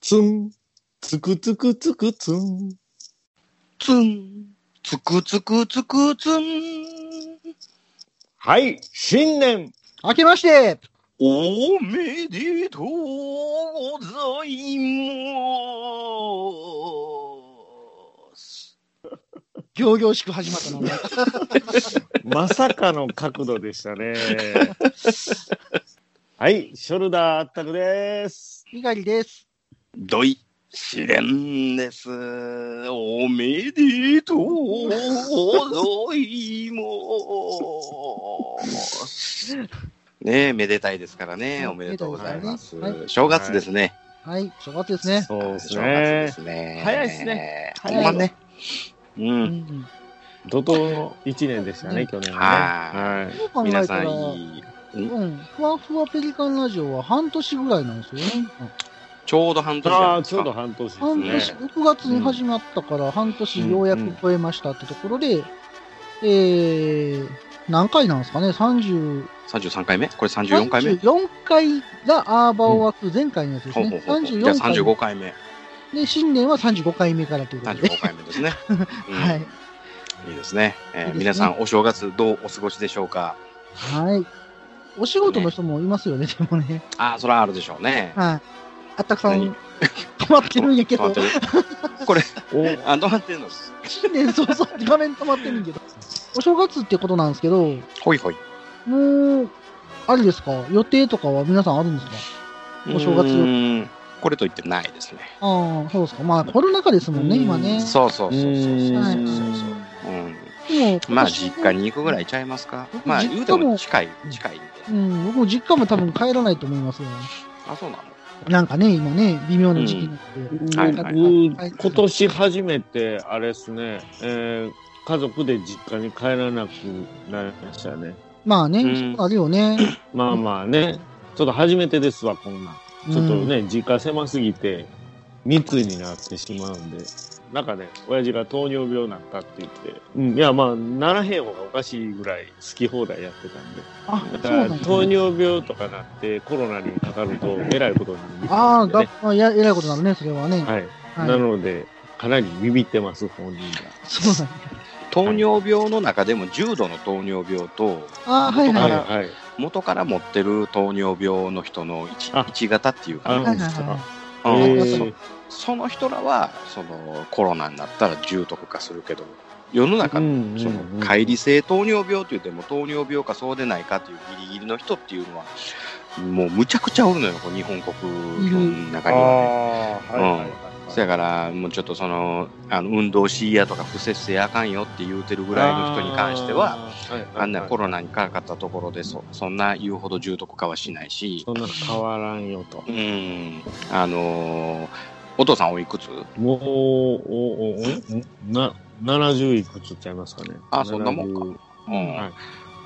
ツン、つくつくつくツン。ツン、つくつくつくツン。はい、新年明けましておめでとうございます。行々しく始まったのね。まさかの角度でした ね。はい、ショルダーあったくです。猪狩です。どい、試練です。おめでとうございます。ねえ、めでたいですからね。おめでとうございます。めでたいですねは正月ですね。はい、正月ですね。そうです正月でね。すね。早いですねほんまね。う。うんん、怒涛の一年でしたね、去年ははね。はい。そう考え皆たさんら、いい。うん、ふわふわペリカンラジオは半年ぐらいなんですよね。ちょうど半年じあゃなあ、いですちか。ょうど半年です半んね年、。6月に始まったから、半年ようやく超えましたってところで、えー、何回なんですかね、30、 33回目これ34回目34回がアーバーを枠前回のやつですほうほうね。ほうほうじゃあ34回35回目。で、新年は35回目からということで。 35回目ですね。うんはい。いいですね。えーいい皆ですねさん、お正月どうお過ごしでしょうかはい。お仕事の人もいますよね、でもね。ああ、それはあるでしょうね。はい。あったくさん何、 止まってるんやけ止ど、まってるこれ、おあ、止まってんの新年早々、画面止まってるんやけど。お正月ってことなんですけど、ほいほい。もう、あれですか、予定とかは皆さんあるんですかお正月うーんこれといってないですね。ああ、そうですか。まあ、コロナ禍ですもんね、うん今ね。そうそうそうそうそうはそいうそう。うんでもまあ、実家。に行くぐらいちゃいますか。まあ、言うても近い、ん近いんで。うん、僕も実家も多分帰らないと思いますよ。あ、そうなのなんかね、今ね、微妙な時期になって。はいなんはかい僕、今年初めて、あれですね、えー家族で実家に帰らなくなりましたね。まあね、うんそうあるよね。まあまあね、ちょっと初めてですわ、こんなん。ちょっとね、実家狭すぎて、密になってしまうんで、なんかね、親父が糖尿病になったって言って、うん、いや、まあ、ならへん方がおかしいぐらい好き放題やってたんで、うん。だあ、そかうなら、んです糖ね。尿病とかなって、コロナにかかると、えらいことになるみたいあなあ、んでね、が、まあ、や、えらいことになるね、それはね。はい。はいなので、かなりビビってます、本人が。そうなんや。糖尿病の中でも重度の糖尿病と、ああ、はいははいいはい。はい。元から持ってる糖尿病の人の一あ一型っていうかあなはいはいはうんへーそその人らは、そのコロナになったら重篤化するけど、世の中のその帰乖離性糖尿病といっても糖尿病かそうでないかというギリギリの人っていうのはもうむちゃくちゃおるのよこう日本国の中にはね。ああ、はいはいはい。そやからもうちょっとそのあの運動しいやとか不節制あかんよって言うてるぐらいの人に関してはあー、はいあんなコロナにかかったところでそそんな言うほど重篤化はしないしそんな変わらんよとう。んあのーお父さんおいくつもう、お、お、お、な、70いくつちゃいますかね。あそんなもんかうんはい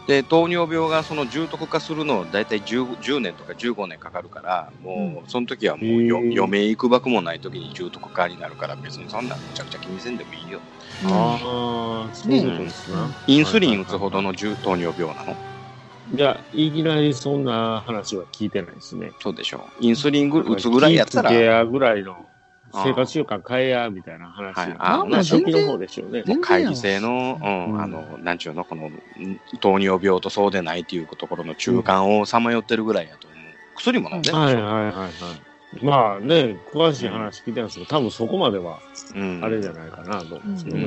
で糖尿病がその重篤化するの大体 10, 10年とか15年かかるからもうその時はもうよ、へー余命いくばくもない時に重篤化になるから別にそんなむちゃくちゃ気にせんでもいいよい。うんああ、そういうことですな。インスリン打つほどの重糖尿病なのいや、いきなりそんな話は聞いてないですね。そうでしょインスリンぐ打つぐらいやったら気ぃつけもやぐらいの生活習慣変えや、みたいな話。はいああーまあ初期の全方でしょうね。う懐疑性の、うんうんあのなんちゅうのこのん糖尿病とそうでないっていうところの中間をさまよってるぐらいやと思う薬も飲んではないいはでいしょはいはい。まあね、詳しい話聞いてないんですけど、多分そこまではうんあれじゃないかなと思うんですけうどね。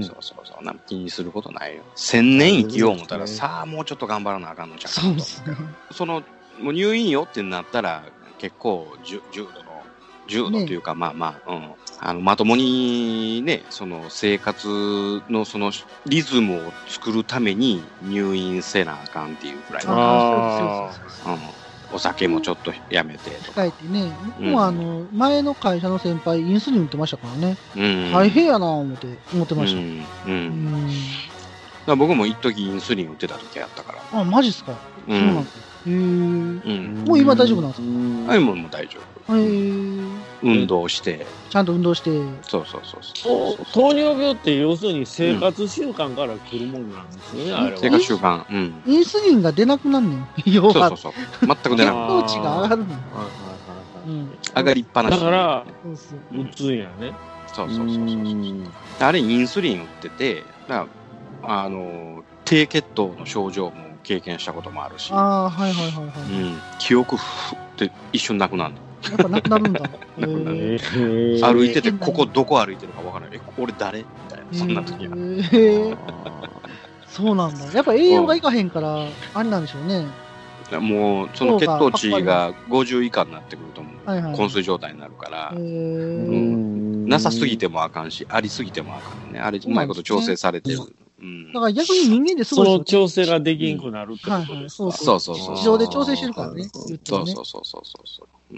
んそうそうそうそう、なんか気にすることないよ。千年生きよう思ったら、そうですねさあもうちょっと頑張らなあかんのちゃうかそうなでと。すね。そのもう入院よってなったら、結構重重度の重度というか、まあまあ、うん、あのまともにね、その生活のそのリズムを作るために入院せなあかんっていうぐらいの、あああ、ーそうですそうですそうです。うん、お酒もちょっとやめてとか。控えてね、僕もあの、前の会社の先輩、インスリン打ってましたからね、うん大変やなぁ思って、思ってましうた。んう、うんだかん。ら僕も一時インスリン打ってた時あったから。あ、マジっすか。そううんなんですか。へーうんもう今大丈夫なんですは、はいもうもう大丈夫。へー運動して、ちゃんと運動して。そうそうそうそう糖糖尿病って要するに生活習慣から来るもんなんですよね、あれは。生活習慣、うん。インスリンが出なくなんねん。そ要うそはう、そう。全く血出なあくー糖値が上がるねん。はいはいはいはいうん。上がりっぱなだし。から、そうそう。打つんやね。そうそうそうそうそうう。んあれ、インスリン打ってて、だから、あの、低血糖の症状も経験したこともあるし、ああ、はいはいはいはうい。ん、記憶ふって一瞬なくなるの。やっぱなくなるんだ。へーへー歩いてて、ここどこ歩いてるかわからない。え、俺誰みたいな、そんな時は。へえ、そうなんだ。やっぱ栄養がいかへんから、あれなんでしょうね。 もう、その血糖値が50以下になってくると、もうはいはい。昏睡状態になるからへ、うーんなさすぎてもあかんし、ありすぎてもあかんね。あれ、うまいこと調整されてる。うんだから逆に人間ですそごいのですよ調整ができんくなるってはこいとはでい。すそうか。そう。そうそう地上で調整してるからね。言ってそもうねそうそうそうそうそう。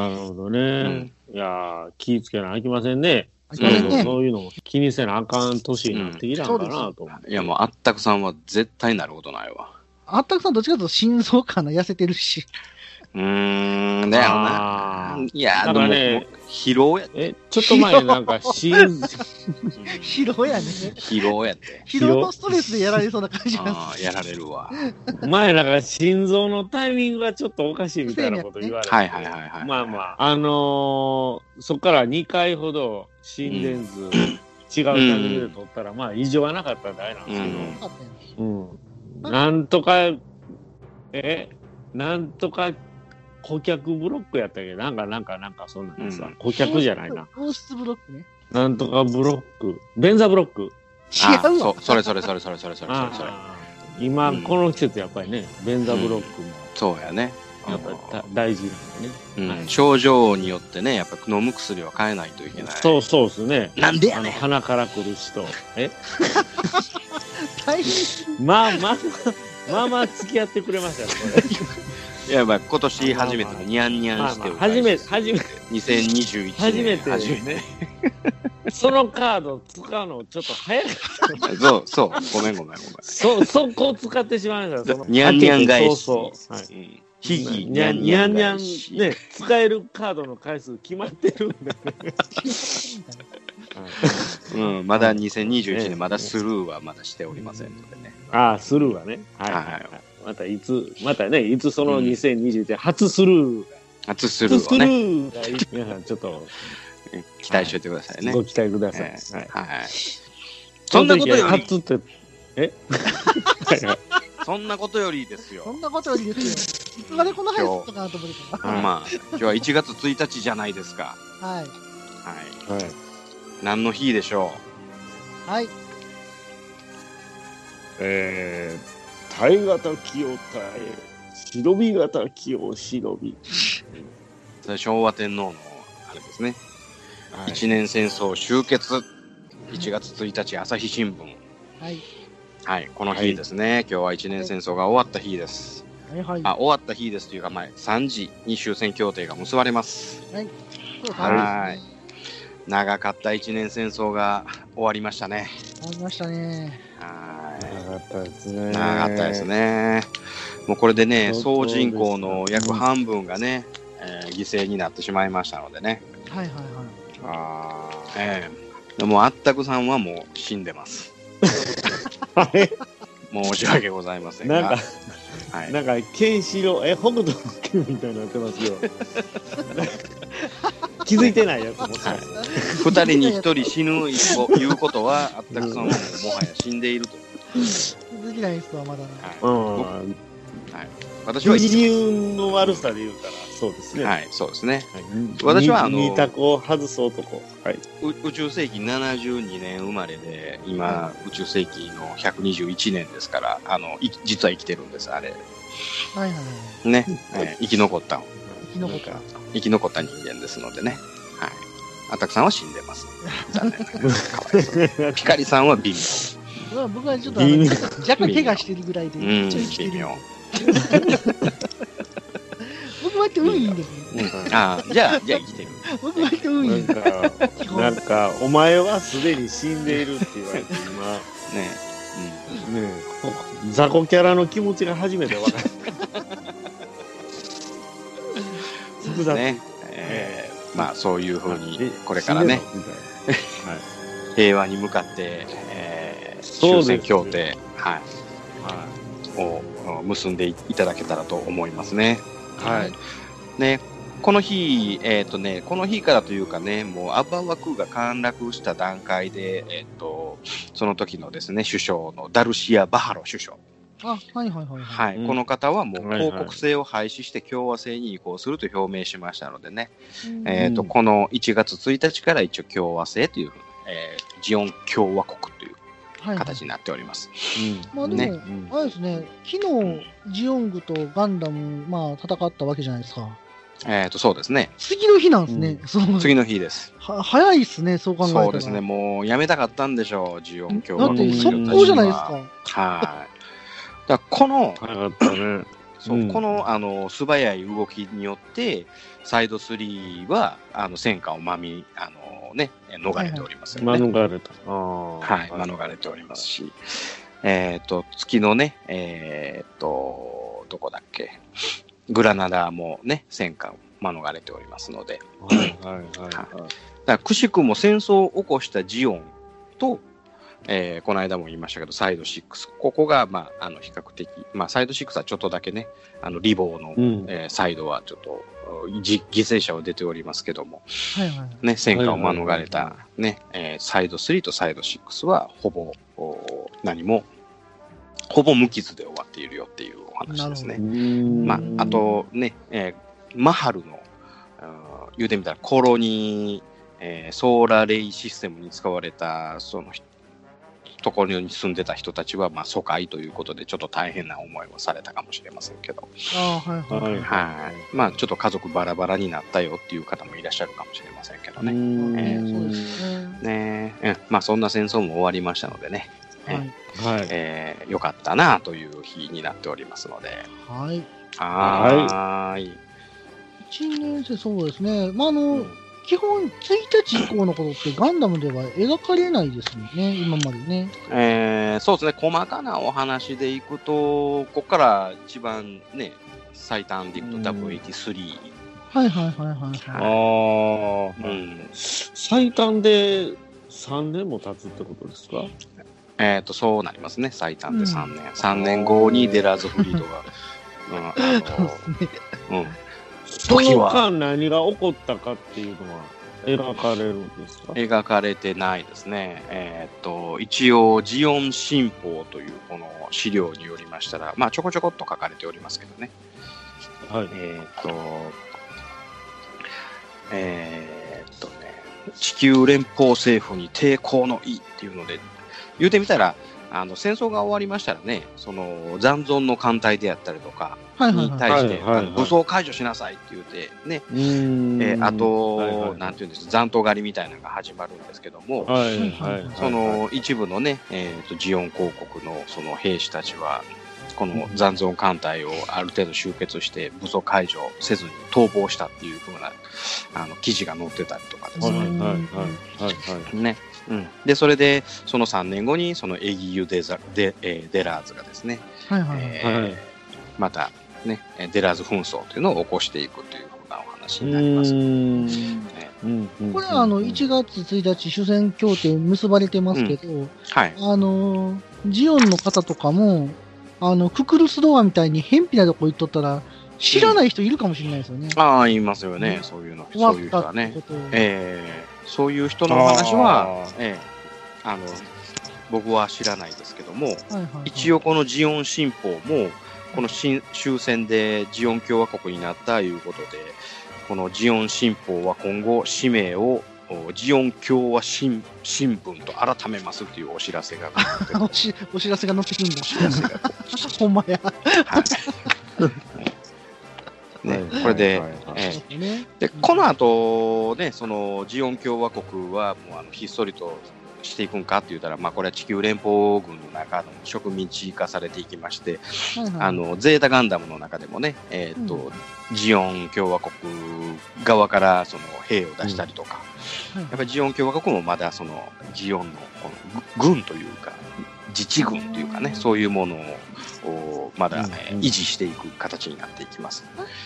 はいなるほどね。いやー気ぃつけなあきませんね。あうきまんせんね。そういうのも気にせなあかん年になってきたんかなと思って。いや、もう、あったくさんは絶対なることないわ。あったくさんどっちかというと心臓かな、痩せてるし。 うーん、だよあなー。いやだかー、でも、らね疲労や、え、ちょっと前なんかシーズ疲労やね。疲労や って。疲労とストレスでやられそうな感じがあーやられるわ。ン、前なんか心臓のタイミングがちょっとおかしいみたいなこと言われて。はいはいはいはい。まあまあ、あのーそこから2回ほど心電図、違うタイミングで撮ったら、まあ異常はなかったんであれなんですうんあったよねけど、うんなんとか、え、なんとか顧客ブロックやったっけど、なんかなんかなんかそんなんでさ、うん顧客じゃないな。。糖質ブロックね。なんとかブロック、便座ブロック。あ違うわそ。それそれそれそれそれそれそれそれ。あー今、うんこの季節やっぱりね、便座ブロックもそうやね。やっぱりた大事なんでね。うはいん、症状によってね、やっぱ飲む薬は変えないといけない。そうそうですね。なんであやのねん。鼻から来る人。え大変。まあまあ、まあまあ付き合ってくれましたよ、こいや、まあ、今年初めてのニャンニャンしておまあまあ初めて初めて。2021年。初めて初め れ。そのカード使うのちょっと早かった。て。そう、そう。ごめんごめんごめん。そ、そこ使ってしまいました。そのニャンニャン返し。そうそう。はい。い。ひひぎ、にゃんにゃんにゃん、ね、使えるカードの回数決まってるん で。うん、まだ2021ね年、まだスルーはまだしておりませんのでね。ああ、スルーはね。はい。はいまたいつ、またね、いつその2020で初スルー、初スル初スーをルね、ーが、皆さんちょっ と期待しておいてくださいね。ご期待ください。ええはい。はい。そんなことより、初って、えそんなことよりですそよ。んなことよりですよ。いつまでこの早かったかなと思ってた。はいまあ、今日は1月1日じゃないですか。はい。はい。はい。何の日でしょはい。えー、耐え型気を耐え、忍び型気を忍び。うそれ昭和天皇の、あれですね。は一年戦争終結。1月1日、朝日新聞。はい。はい、この日ですね。今日は一年戦争が終わった日です。はいはい。あ、終わった日ですというか、まあ、3時に終戦協定が結ばれます。そうだね長かった一年戦争が終わりましたね。ありましたね。は長い。かったですね。長かったです。ね。もうこれでね、そう総ですね人口の約半分がね、えー犠牲になってしまいましたのでね。はいはいはい。あえーでもあったくさんはもう死んでます。あれ申し訳ございませんなんがか、、はい、なんか、ケンシロウ、え、北斗の拳みたいになってます よ。気づいてないやつもしかして2人に1人死ぬということは、あったくさんはもうもはや死んでいるという。気づきないですわ、まだね。はいうん。私は基一、準の悪さで言うから、そうですね。はい、そうですね。はい。私はあの二二択を外す男。はい。う宇宙世紀72年生まれで今宇宙世紀の121年ですからあのい実は生きてるんですあれはいはいはい。ね、えー生き残った生き残ったなんか生き残った人間ですのでねはいあたくさんは死んでます残 念ながらかわいそうピカリさんは微妙僕は僕はちょっとあの微妙若干怪我してるぐらいで、うん一応生きて微る妙、。僕はって運いいんですよ。うん、あーじゃあじゃあ生きてる僕はって運いいなんんです。か、基本なんか、お前はすでに死んでいるって言われて、 今。ねねえ、雑魚キャラの気持ちが初めて分かる。複うん雑ねえーまあそういうふうにえこれからね死んでんのみたい平和に向かって、えー、そうで終すよ戦協定はいなはをうん結んでいただけたらと思いますね。いはい。ね、この日、えっ、とね、この日からというかね、もうアッバーワクーが陥落した段階で、えっ、と、その時のですね、首相のダルシア・バハロ首相。あ、はいはいはい。はい、はい、うんこの方はもうはいはい広告制を廃止して共和制に移行すると表明しましたのでね、うんえっとうんこの1月1日から一応共和制という、えージオン共和国というはいはい形になっております。まあでも、ねうんあれですね、昨日、ジオングとガンダム、まあ、戦ったわけじゃないですか。えっとそうですね、次の日なんですね。うそう次の日です。は早いですね、そう考えたら。そうですね、もうやめたかったんでしょう、ジオン共だ和っ国て、の人たち速は。攻じゃないですか。はい。だからこの、早かったね。そううんこのあの素早い動きによって、サイド3はあの戦火をまみ、あのね、逃れておりますよね。 免れた。ああ。はい、免れておりますし、えっ、と、月のね、えっ、と、どこだっけ、グラナダもね、戦火を免れておりますので、はいはいはいはだからくしくも戦争を起こしたジオンと、えーこの間も言いましたけど、サイド6、ここが、まあ、あの比較的、まあ、サイド6はちょっとだけね、あのリボーの、い。うん。えーサイドはちょっと、じ犠牲者は出ておりますけども、はいはい。ね、戦火をはい免はいれはいはた、ねえーサイド3とサイド6はほぼおー何もほぼ無傷で終わっているよっていうお話ですねなる。うんまあ、あとね、えーマハルのあー言うてみたらコロニー、えーソーラーレイシステムに使われたそのひところに住んでた人たちは、まあ、疎開ということでちょっと大変な思いをされたかもしれませんけど、ああ、はいはい。はいはいまあ、ちょっと家族バラバラになったよっていう方もいらっしゃるかもしれませんけどね。うんえーそうですね。ねえ、うんまあそんな戦争も終わりましたのでね、はい。はい。えー、よかったなという日になっておりますので、はい。はーい。 1年生、そうですね。まあ、あうの、ん基本、1日以降のことってガンダムでは描かれないですもんね、今までね。えーそうですね、細かなお話でいくと、ここから一番ね、最短でいくとうん W83。はいはいはいはいはい。ああう。ん最短で三年も経つってことですかえっと、そうなりますね、最短うんで3年。3年後にデラーズフリードが、うんあそうですね。のうんそ時のは間何が起こったかっていうのは描かれるんですか描かれてないですね。えーっと、一応、ジオン新報というこの資料によりましたら、まあ、ちょこちょこっと書かれておりますけどね。はいえ。ーっと、えーっとね、地球連邦政府に抵抗の意っていうので、言うてみたら、あの戦争が終わりましたらね、その残存の艦隊であったりとかはいはいにはい。対して、はいはいはいあの武装解除しなさいって言って、ね、うーんえーあと、はいはいなんていうんです残党狩りみたいなのが始まるんですけども、はいはいはい。その一部のね、えー、とジオン公国のその兵士たちは、このうん残存艦隊をある程度集結して、武装解除せずに逃亡したっていうふうなあの記事が載ってたりとかですはいはいね。はいはいはいねうん、でそれで、その3年後に、そのエギユデザデ、えーデラーズがですね、はいはいはい。えはーいはい。また、ね、えーデラーズ紛争というのを起こしていくというふうなお話うになります。ーんねうんうんこれはあのうん1月1日、主戦協定結ばれてますけど、はい、あのージオンの方とかも、あのククルスドアみたいに偏僻なとこ行っとったら、知らない人いるかもしれないですよね。ああ、言いますよねう、んそういうの、終わそういうっ人たはってねこ。とを。えーそういう人のお話はあー、えーあの僕は知らないですけども、はいはいはい一応このジオン新法も、この新終戦でジオン共和国になったいうことで、このジオン新法は今後、氏名をおジオン共和新新聞と改めますというお知ら せが書かれてあまおす。しお知らせが載ってくるんだ。お知らせが ほんまや。はいねはいこれで、はいはいはいえー ねでうんこの後ねそのジオン共和国はもうあのひっそりとしていくんかって言ったら、まあ、これは地球連邦軍の中の植民地化されていきまして、はいはいあのゼータ・ガンダムの中でもね、えーとジオン共和国側からその兵を出したりとか、はやいっぱりジオン共和国もまだそのジオンのこの軍というか自治軍というかねそういうものをおまだ、うんうんえー維持していく形になっていきます。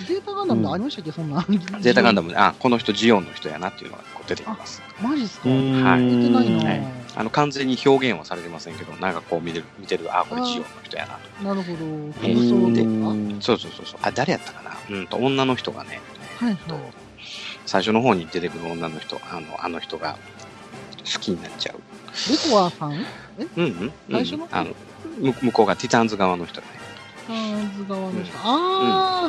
ゼータガンダムでありましたっけ、そんな。 ゼータガンダム。ムで、あ、この人ジオンの人やなっていうのがこう出てきます。マジっすかうーんはい出てないな、はいあの、完全に表現はされてませんけど、なんかこう見てる、見てる、あ、これジオンの人やなと。なるほど。う服装ーとんかそうそうそうそう。あ、誰やったかなうんと、女の人がね、はいはい。最初の方に出てくる女の人、あのあの人が好きになっちゃう。ルコアさんハうんうん、最初の方あの向向こうがティターンズ側の人ね。ーズ側の人。あ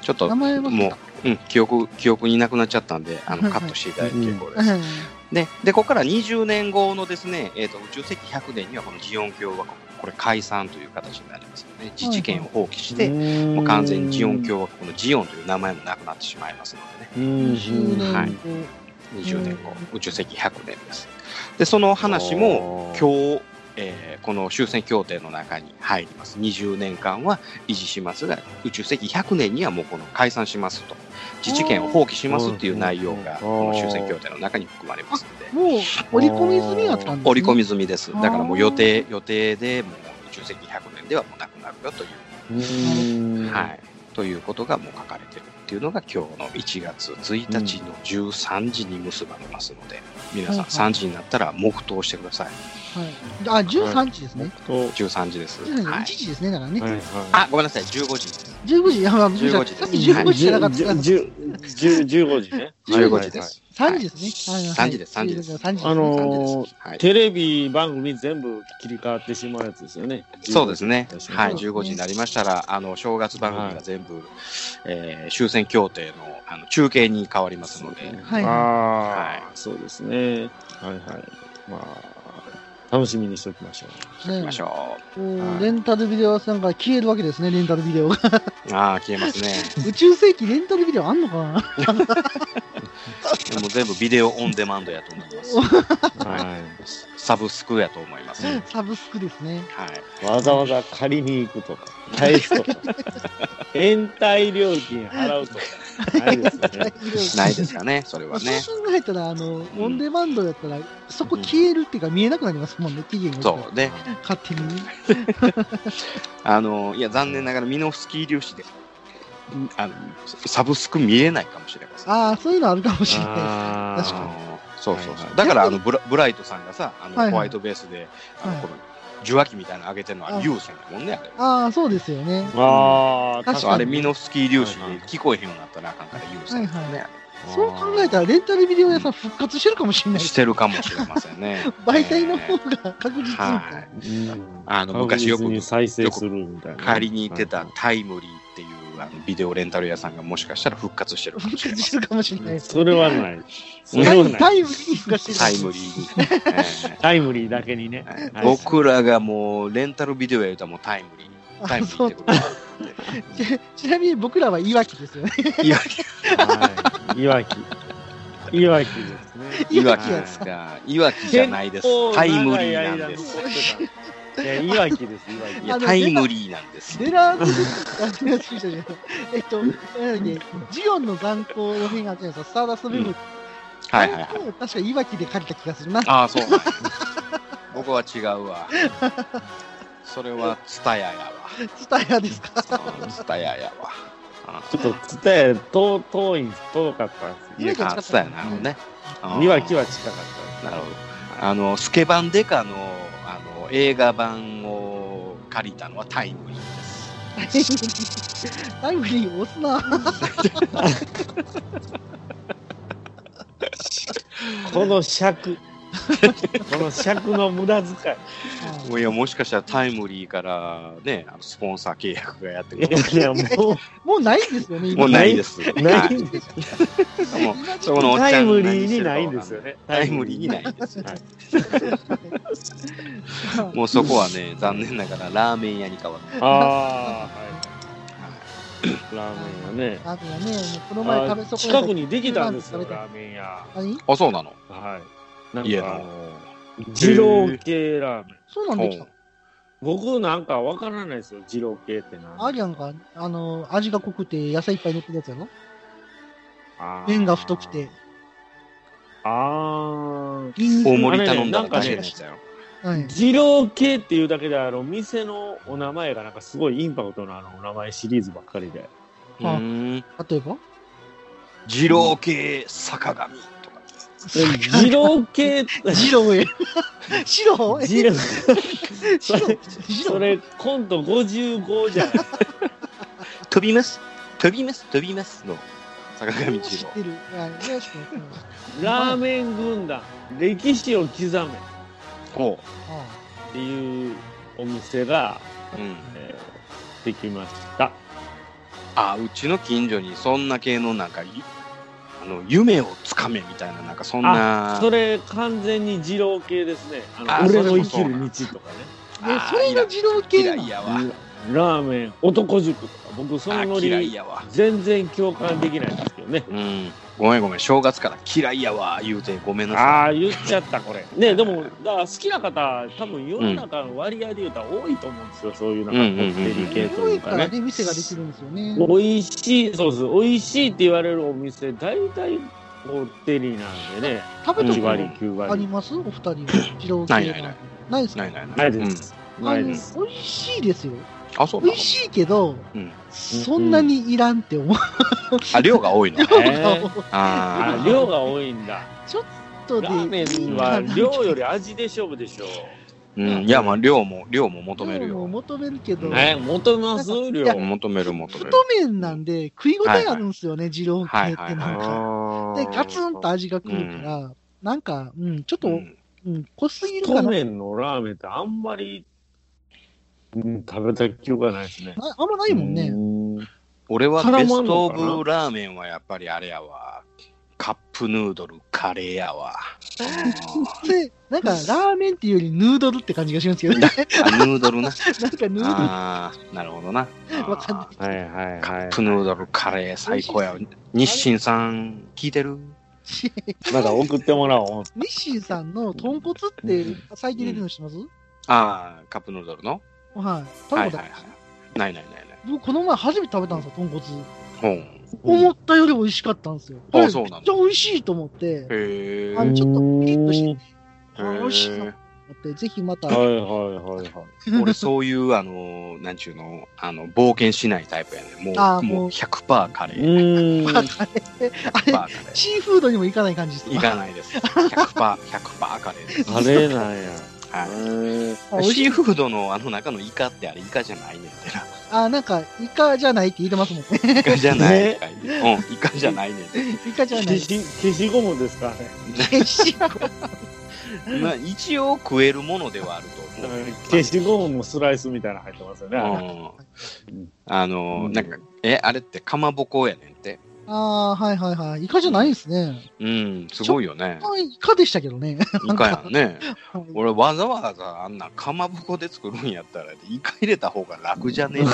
ちょっあ、と名前はもう、うん、記憶記憶になくなっちゃったんであはのいはカッいトしていただいて結構です。うんででここから20年後のですね、えー、と宇宙世紀100年にはこのジオン共和国これ解散という形になりますので自治権を放棄して、もう完全にジオン共和国のジオンという名前もなくなってしまいますのでねうん20年後はい20年後、宇宙世紀100年です。でその話もも今日、えーこの終戦協定の中に入ります20年間は維持しますが宇宙世紀100年にはもうこの解散しますと自治権を放棄しますっていう内容があーこの終戦協定の中に含まれますのでもう折り込み済みやったんです、ね。織り込み済みですあーだからもう予定予定でもう宇宙世紀100年ではもうなくなるよという、日はいということがもう書かれてるっていうのが今日の1月1日の13時に結ばれますので、皆さんはいは3時になったら黙祷してくださいはい。あ、13時ですね。と13時です、 13時、は1い時ですね、だからね。はいはいあ、ごめんなさい、15時です。 15時、いや、まあ、びっくりした15時ですさっき15時じゃなかったから。じゅじゅじゅ15時ね。 15 15時で。す。 3時ですね。はいはい3時です、3時です。 3時あのー3時ですはいテレビ番組全部切り替わってしまうやつですよね。そうですね。ははいい、。15時になりましたら、あの、正月番組が全部、えー終戦協定のあの中継に変わりますので、はいああ、そうですね。はいはい。まあ、楽しみにしておきましょ行きましょもうレンタルビデオ屋さんが消えるわけですね、レンタルビデオが。う。ああ、消えま すね。宇宙世紀レンタルビデオあんのかなでも全部ビデオオンデマンドやと思い ます。う。はサブスクやと思います。はい。サブスクですね。い。わざわざ借りに行くとか、返すと か、延滞料金払うとか、ない ですよね。ないですかね、それは写 ね。真が入ったら、あの、オンデマンドやったら、そこ消えるっていうか見えなくなりますもんね、期限が。そうね。勝手に。あの、いや、残念ながらミノフスキー粒子で、あの、サブスク見れないかもしれません。ああ、そういうのあるかもしれないです。あ確かあそうそうそう、はいはいだからあのブラブライトさんがさあの、はいはいホワイトベースであの、はいこの受話器みたいなの上げてるのははいユウさんだもんねあれああ、そうですよね。ああ、確そうかあにれミノフスキー粒子はいはいで聞こえへんようになったらあかんからユウさん、ねはいはそう考えたら、レンタルビデオ屋さん復活してるかもしれないです。してるかもしれませんね 媒体のね方が確実みたいはないうんあの昔よく確実に再生するみたいな。借りに行ってたタイムリーっていうあのビデオレンタル屋さんがもしかしたら復活してるかも復しれ活ませしてんるかもしれないです。それはない。それタイはムなタい。イムリーに復活してるかタ もイしれムリーに、えない タイムリーだけにね。えはい僕らがもうレンタルビデオや言うたらもうタイムリータイムリーってことちちなみに僕らはいわきですよね。いやはい。いわき。いわきですね。いいわわききですか。いわきじゃないです。タイムリーなんです。いや、いわきです、いわき。いあや、のタイムリーなんです。デラーズデラーズじゃないえっと、なんだっけ、ジオンの残光の辺があったじゃないですか、スターダストビブ。はいはいはい。あれを確かいわきで借りた気がするな。ああ、そうなんや。僕は違うわ。それはツタヤやスタヤですか。わ。ツタヤやわ。あちょっと、つたや、遠遠い、遠かったんです。いわきはあ、近かったツタヤなるほどね。あーいわきは。近かっなるほど。あの、スケバンデカの、あの、映画版を借りたのはタイムリーです。タイムリー押すな。た。この尺。この尺の無駄遣い。いや、もしかしたらタイムリーからね、あのスポンサー契約がやってくるかもしれない いや、いや、ももうないんですよね、今もうないです。なはいいんですもう今そこのおう。っちゃんタイムリーにないんですよね。タイムリーにないんですよ。もうそこはね、残念ながらラーメン屋に変わって。ああ、はい。ラーメン屋ね。あとはね、もうこの前食べ損ねたあ近くにできたんですよ、食べたラーメン屋。何あ、そうなのはい。なんいやかあの、二郎系ラーメン。そうなんできた。僕なんかわからないですよ、二郎系ってな。ありゃんか、あの、味が濃くて野菜いっぱい乗ってるやつやろあー麺が太くて。。あニンニク大盛り頼んだあれねなんらか大ね変でしたよ。はあ。い。二郎系っていうだけで、あの、店のお名前がなんかすごいインパクトのあの、お名前シリーズばっか りで。うーん例えば二郎系坂上とか。二郎系、ジロ ーへ。白え二郎、そ白れ、白それ、コント55じゃない飛びます飛びます飛びますの。坂上知二郎ってる。あよしも知ってますラーメン軍団、歴史を刻めっほあていうお店が、う、うん、えーできました。あうちの近所にそんな系のなんかゆあの夢をつかめみたいななんかそんなあ、それ完全に二郎系ですね。ああの俺そのれも生そきうる道とかね。あ。で、それが自動系な嫌のいやわラーメン男塾とか僕そのあノ嫌いリやわ全然共感できないんですけどねうんごめんごめん正月から嫌いやわ言うてごめんなさああ言っちゃったこれねでもだから好きな方多分世の中の割合で言うたら多いと思うんですよそういうなんかこってり系と多いういかからねね、店ができるんですよね。美味しいそうです美味しいって言われるお店大体こってりなんでね食べた8こ割と9あり割ますお二人は。自動系ないないないないですいかないないないないですあないの美で味すしいですよ。うんあそうな美の味しいけど、うんそんなにいらんって思う。あ量が多いのえーああー量が多いんだとでラーメンは量より味で勝負でしょうんいやまあ量も量も求める量もよ求めるけど、うんえ求めます量や求める求める太麺なんで食い応えあるんですよね、二郎系ってなんか。はいはいで、ガツンと味がくるから、なんか、うん、ちょっと、ううんん、濃すぎるか太な。麺のラーメンってあんまり、うん、食べた記憶がないですね。ああんまないもんね。ね。俺は絡まベんのかスなトオブラーメンはやっぱりあれやわカップヌードルカレーやわうんで、なんか、ラーメンっていうよりヌードルって感じがしますけど ね。あヌードルななんかヌードル。ああなるほどなあーわかんないはいはいカはップヌードルカレー最高やわ日清さん聞いてるし い。なんか送ってもらおう。日清さんの豚骨って最近出てるの知ってます、ああカップヌードルのはい。食はべいたことはあいりまはすいないないないない僕、この前初めて食べたんですよ、豚骨。ほん思ったより美味しかったんですよ。あこれそうなんだめっちゃ美味しいと思って、へえあのちょっとピリッとして、あへーえ美味しいなと思って、ぜひまた、はいはいはいはい。俺そういうあのなんちゅうのあの冒険しないタイプやねもあーうももうう100%カ レうーーん。あれ、 100%あカレれーシーフードにも行かない感じですいかないです。100%、100%カレーです。カレー なんや。はへーあい。美味しシいーフードのあの中のイカってあれイカじゃないねんてな。あ、なんか、イカじゃないって言ってますもんね。イカじゃない。ねうん、イカじゃないねんて。イカじゃない。消決し、消しゴムですかね。しまあ一応食えるものではあると思う。消しゴムもスライスみたいなの入ってますよね。あれうんあのー、なんか、え、あれってかまぼこやねんて。ああー、はいはいはい。イカじゃないんですね。うん、すごいよね。あイカでしたけどね。イカやんね。はい俺わざわざあんなかまぼこで作るんやったら、イカ入れた方が楽じゃねえの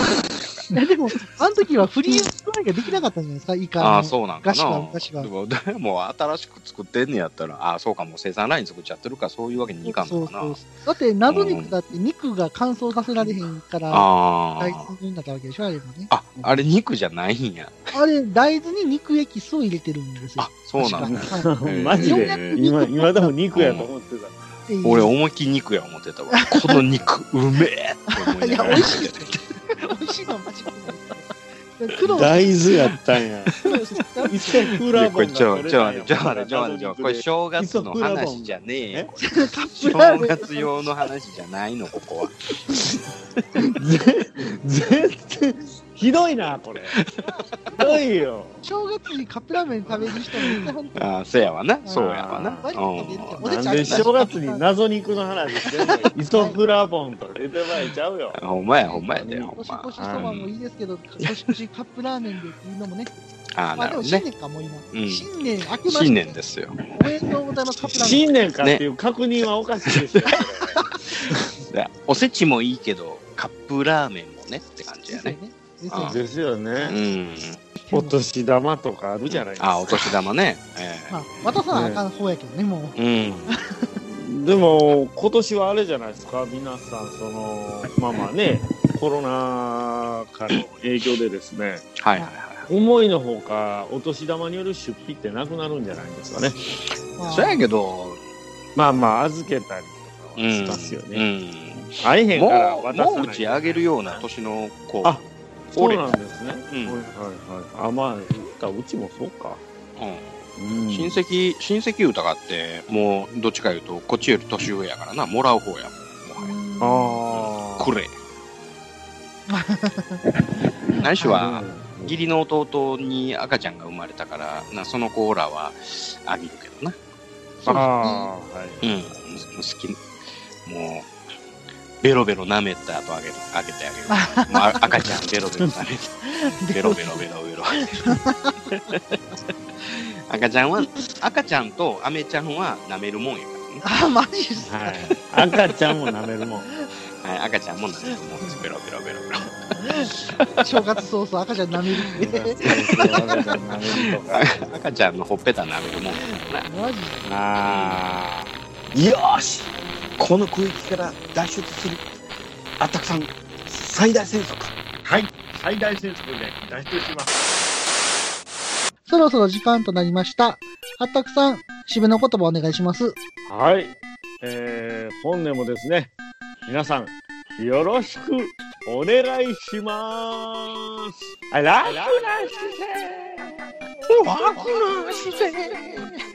いや、でも、あの時はフリーズができなかったんじゃないですか、イカの。ああー、そうなんかガシなが。ガシがでも誰も新しく作ってんねやったら、ああ、そうか、もう生産ライン作っちゃってるから、そういうわけにいかんそのうかな。そうそうだって、謎肉だって肉が乾燥させられへんから、あ大ー豆になったわけでしょ、あれもね。あ、あれ肉じゃないんや。あれ、大豆に肉エキスを入れてるんですよあ。、そうなんだ。確かはいー マジようやでく今、今でも肉やと思ってた。っていう俺、思いっきり肉や思ってたわ。この肉、うめえって思いいながや、ら。美味しいですよ。美味しいのは間違いない。苦労大豆やったんや。苦労した一切クーラーこボれンがちょ、取れちょな待いっやんて、ちょ待って、ちょ待って、ちょ待って、これ正月の話じゃねえよ。これカップラーメ正ン月用の話じゃないの、ここは。 ぜ絶対ひどいなこれひどいよ正月にカップラーメン食べる人もいて、本当に。ああ、せやわな。そうやわな。割と出るからうんおでなちんゃんで正月に謎肉の話してんのイソフラボンとか出てまいちゃうよほんまや、ほんまやで、ほん年ま。越しそばもいいですけど、年越しカップラーメンでっていうのもね。ああ、まなあるでほもどね。新年かうもう今ん。新年明けまして。新年ですよ。おめでとうございます、カップラーメン。新年かっていう確認はおかしいですよ、でおせちもいいけどカップラーメンもねって感じでやすよね。ね。であすこよあれね。 ですようねん。お年玉とかあるじゃないですか、あ、お年玉ね。えまあ、渡さなあかん方やけどね、もう。えうん。でも今年はあれじゃないですか皆さんそのまあまあねコロナ禍の影響でですねはいはいは思いのほかお年玉による出費ってなくなるんじゃないですかねまあい。そやけど、まあまあ預けたりとうかはしん。ますよね、うん会えへんからもう、渡さないもう打ち上げるような年の子。あそう俺なんですね、うんはいはいはいあまあうたうちもそうか、ううんん。親戚、親戚歌があって、もう、どっちか言うと、こっちより年上やからな、もらう方やもん。もはやああくれ。ないしは、うん義理の弟に赤ちゃんが生まれたから、なその子らはあげるけどな。そうですあね。あ、はい。うん、好き、もう、ベロベロ舐めた後あげる、あげてあげる。もうあ赤ちゃんベロベロ舐めて。 ベロベロベロベロ。赤ちゃんは、赤ちゃんとアメちゃんは舐めるもんやかあ、マジっすか。はい、赤ちゃんも舐める もん。らね。はい、赤ちゃんも舐めるもんです。ベロベロベロベロ。正月早々赤ちゃん舐めるって。赤ちゃん舐めるとか。あ赤ちゃんのほっぺた舐めるもんやからな。マジっすか。あよーしこの空域から脱出するあったくさん最大戦速あ、はい。最大戦速で脱出します。そろそろ時間となりました。あったくさん、締めの言葉お願いします。はい。えー、本年もですね、皆さん、よろしくお願いします。あら、楽な姿勢。わくな姿勢